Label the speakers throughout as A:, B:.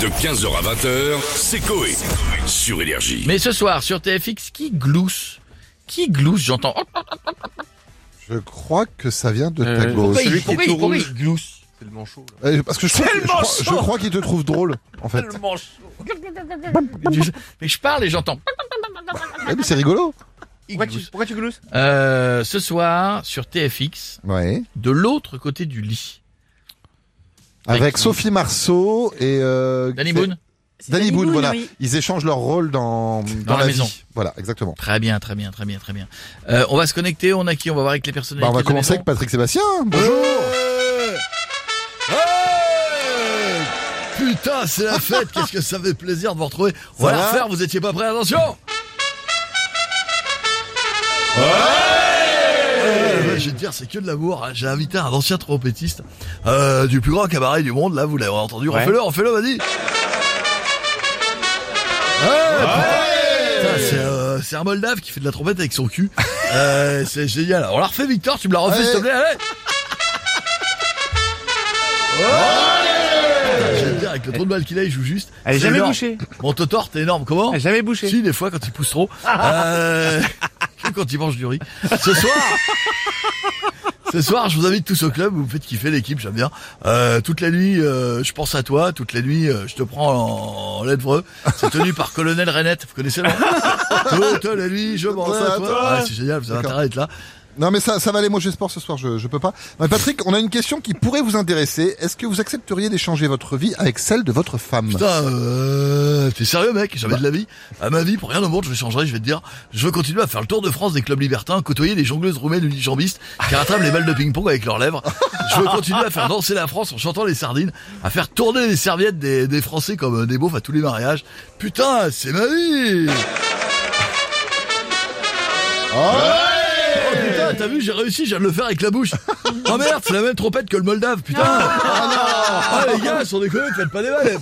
A: De 15h à 20h, c'est Coé. Sur Énergie.
B: Mais ce soir, sur TFX, qui glousse Qui glousse J'entends. Oh,
C: Je crois que ça vient de ta
D: Euh,
C: gauche.
B: pourquoi il, pourquoi il- pourquoi il glousse
D: C'est le manchot.
C: Eh, Parce que je, trouve- je
B: Tellement
C: crois,
B: chaud
C: je crois qu'il te trouve drôle, en fait.
B: Je- Mais je parle et j'entends.
C: Eh, mais c'est rigolo.
B: Il
D: Pourquoi tu,
B: glousse.
D: pourquoi tu glousses
B: Euh, ce soir, sur TFX,
C: Ouais.
B: de l'autre côté du lit.
C: Avec Sophie Marceau et euh,
B: Danny Boone
C: c'est- Danny Boone, voilà.
E: oui.
C: Ils échangent leur rôle dans dans
B: la
C: la
B: maison.
C: vie. Voilà, exactement.
B: Très bien, très bien, très bien, très bien. Euh, on va se connecter, on a qui On va voir avec les personnalités.
C: Bah, on va
B: de la
C: commencer
B: maison. Euh.
C: avec Patrick Sébastien. Bonjour.
B: Putain, c'est la fête, qu'est-ce que ça fait plaisir de vous retrouver. On va
C: Ça
B: la
C: va
B: refaire, vous étiez pas prêts, attention Ouais, ouais, Je vais te dire, c'est que de l'amour. hein. J'ai invité un ancien trompettiste euh, du plus grand cabaret du monde. Là, vous l'avez entendu.
D: Ouais.
B: Refais-le, refais-le, vas-y. Putain, C'est euh, c'est un Moldave qui fait de la trompette avec son cul. Euh, c'est génial. On la refait, Victor. Tu me la refais,
C: Allez.
B: s'il te plaît. Allez. Putain, J'aime bien, avec le trou de balle qu'il a, il joue juste.
D: Elle est
B: C'est
D: jamais
B: énorme.
D: bouchée.
B: Mon totor, t'es énorme. Comment
D: Elle est jamais bouchée.
B: Si, des fois, quand il pousse trop. Euh, que quand il mange du riz. Ce soir. Ce soir, je vous invite tous au club, vous me faites kiffer l'équipe, j'aime bien. Euh, toute la nuit, euh, je pense à toi, toute la nuit, euh, je te prends en, en lèvres. C'est tenu par Colonel Renette, vous connaissez le nom Toute la nuit, je pense à toi. Ah, c'est génial, vous avez
C: D'accord.
B: intérêt à être là.
C: Non mais ça, ça va aller. Moi, j'ai sport ce soir. Je, je peux pas. Mais Patrick, on a une question qui pourrait vous intéresser. Est-ce que vous accepteriez d'échanger votre vie avec celle de votre femme
B: Putain, euh, t'es sérieux mec, jamais de la vie. À ma vie, pour rien au monde, je changerai, je vais te dire. Je veux continuer à faire le tour de France des clubs libertins, côtoyer les jongleuses roumaines unijambistes qui rattrapent les balles de ping-pong avec leurs lèvres. Je veux continuer à faire danser la France en chantant les sardines, à faire tourner les serviettes des, des Français comme euh, des beaufs à tous les mariages. Putain, c'est ma vie Oh putain, T'as vu, j'ai réussi, je viens de le faire avec la bouche. Oh merde, c'est la même trompette que le Moldave, putain. Ah les gars, sont déconner, faites pas des balles.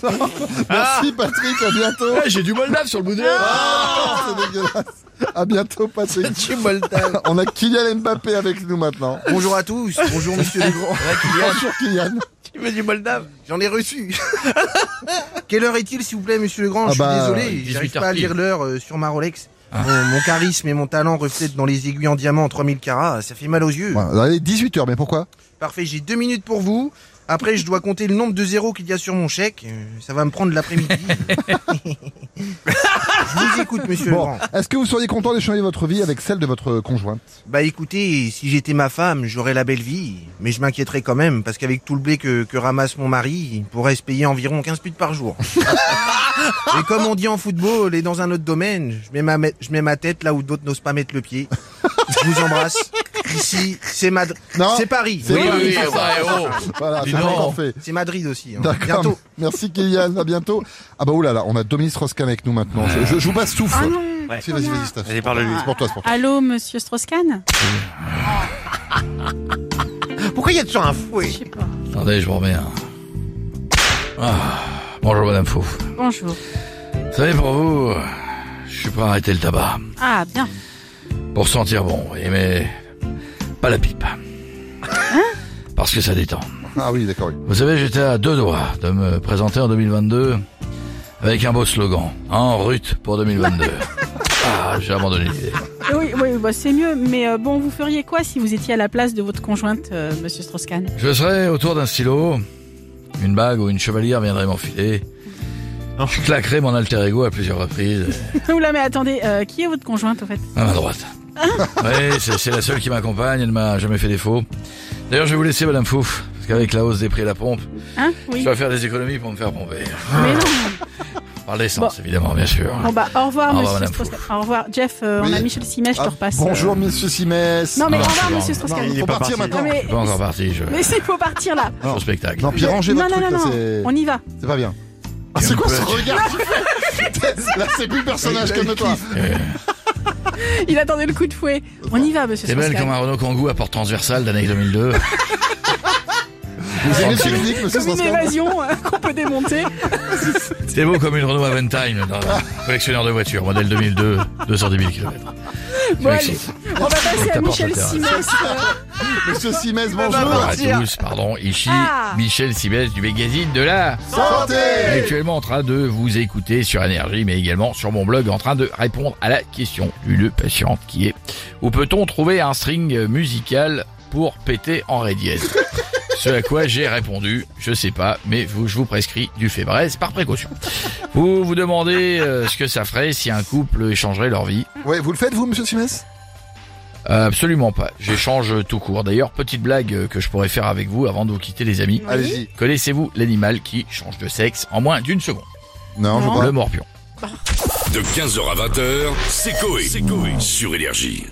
C: Merci Patrick. À bientôt.
B: Ouais, Eh, j'ai du Moldave sur le bout des lèvres.
C: Ah, c'est dégueulasse. À bientôt Patrick. on a Kylian Mbappé avec nous maintenant.
F: Bonjour à tous, bonjour Monsieur Legrand.
C: Bonjour Kylian.
D: Tu veux du Moldave
F: J'en ai reçu. Quelle heure est-il, s'il vous plaît, Monsieur Legrand
C: Ah bah,
F: Je suis désolé,
B: 18
F: j'arrive
B: heures
F: pas à
B: pile.
F: lire l'heure euh, sur ma Rolex.
C: Ah.
F: Mon, mon charisme et mon talent reflètent dans les aiguilles en diamant en 3000 carats, ça fait mal aux yeux.
C: Ouais, allez, 18h, mais pourquoi
F: Parfait, j'ai deux minutes pour vous. Après, je dois compter le nombre de zéros qu'il y a sur mon chèque. Euh, Ça va me prendre l'après-midi. je vous écoute, Monsieur
C: Bon,
F: Legrand.
C: est-ce que vous seriez content d'échanger votre vie avec celle de votre conjointe
F: Bah écoutez, si j'étais ma femme, j'aurais la belle vie. Mais je m'inquiéterais quand même, parce qu'avec tout le blé que, que ramasse mon mari, il pourrait se payer environ 15 putes par jour. et comme on dit en football et dans un autre domaine, je mets ma, me- je mets ma tête là où d'autres n'osent pas mettre le pied. Je vous embrasse. Ici, c'est Madrid.
C: Non,
F: C'est Paris. Ah,
C: c'est Paris.
B: oui, ouais, oh.
C: Voilà,
B: Dis
C: c'est
B: donc.
C: encore fait.
F: C'est Madrid aussi. hein.
C: D'accord.
F: Bientôt.
C: Merci Kylian, à bientôt. Ah bah oulala, on a Dominique Roscan avec nous maintenant. Je, je- je vous passe souffle.
E: Ah non
C: Vas-y, vas-y, vas-y, Steph.
D: Allez, parle-lui.
C: C'est pour toi, c'est pour toi.
E: Allô, monsieur Strauss-Kahn
F: Pourquoi il y a toujours un fouet
E: Je sais pas.
B: Attendez, je vous remets un. Ah, bonjour Madame Fouf.
E: Bonjour.
B: Vous savez, pour vous, euh, je suis prêt à arrêter le tabac.
E: Ah, bien.
B: Pour sentir bon, vous voyez, mais pas la pipe. Parce que ça détend.
C: Ah oui, d'accord. oui.
B: Vous savez, j'étais à deux doigts de me présenter en 2022 avec un beau slogan. En rut pour 2022. Ah, j'ai abandonné l'idée.
E: Oui, oui, bah, c'est mieux. Mais euh, bon, vous feriez quoi si vous étiez à la place de votre conjointe, euh, monsieur Strauss-Kahn
B: Je serai autour d'un stylo, une bague ou une chevalière viendrait m'enfiler. Je claquerai mon alter ego à plusieurs reprises.
E: Oula, mais attendez, euh, qui est votre conjointe, au fait
B: À ma droite.
E: Ah.
B: oui, c'est c'est la seule qui m'accompagne, elle m'a jamais fait défaut. D'ailleurs, je vais vous laisser, Madame Fouf, parce qu'avec la hausse des prix à la pompe,
E: Hein
B: je
E: Oui.
B: dois faire des économies pour me faire pomper.
E: Mais non.
B: Par l'essence, évidemment, bien sûr.
E: Bon, bah,
B: Au
E: au revoir,
B: revoir,
E: monsieur
B: Ah, madame
E: Strauss-Kahn. Au revoir. Jeff, euh,
C: Oui.
E: on a Michel Simèche, je te
C: Ah,
E: repasse.
C: bonjour,
E: Euh,
C: Monsieur Simès.
E: Non, mais
B: Non,
E: au revoir,
B: c'est bon.
E: monsieur
C: Non,
E: Strauss-Kahn.
C: il
D: Il est
C: faut
D: pas
C: partir
D: parti.
C: maintenant.
E: Non, mais,
B: Je suis pas encore parti, je
E: mais c'est faut partir là.
B: je suis au spectacle.
C: Non, puis rangez
E: non,
C: votre
E: non,
C: truc,
E: non,
C: là,
E: non,
C: c'est-
E: on y va.
C: c'est pas bien. Ah, c'est quoi ce regard Là, c'est plus le personnage, calme-toi.
E: Il attendait le coup de fouet. On y va, monsieur
B: T'es belle comme
E: Strauss-Kahn.
B: un Renault Kangoo à porte transversale d'année 2002.
C: Vous aimez cette musique, Monsieur
E: Comme une
C: Strauss-Kahn
E: évasion euh, qu'on peut démonter.
B: T'es beau comme une Renault Aventine, dans- collectionneur de voitures, modèle 2002, 210 000 km.
E: Bon, allez,
B: Alexis.
E: on va passer à
B: T'apportes
E: Michel
B: l'intérêt.
E: Simès.
C: Monsieur Simès, bonjour.
B: Bonjour à tous, pardon, ici
E: Ah.
B: Michel Sibès du magazine de la...
C: Santé
B: Actuellement en train de vous écouter sur Énergie, mais également sur mon blog, en train de répondre à la question d'une patiente qui est Où peut-on trouver un string musical pour péter en ré dièse Ce à quoi j'ai répondu, je sais pas, mais vous- je vous prescris du fébreze par précaution. Vous vous demandez euh, ce que ça ferait si un couple échangerait leur vie
C: Ouais, vous le faites, vous, monsieur Simès
B: Euh, Absolument pas. J'échange tout court. D'ailleurs, petite blague euh, que je pourrais faire avec vous avant de vous quitter, les amis.
C: Allez-y.
B: Connaissez-vous l'animal qui change de sexe en moins d'une seconde
C: Non, je
E: Non.
C: crois.
B: Le morpion.
A: De 15h à 20h, c'est Coé sur Énergie.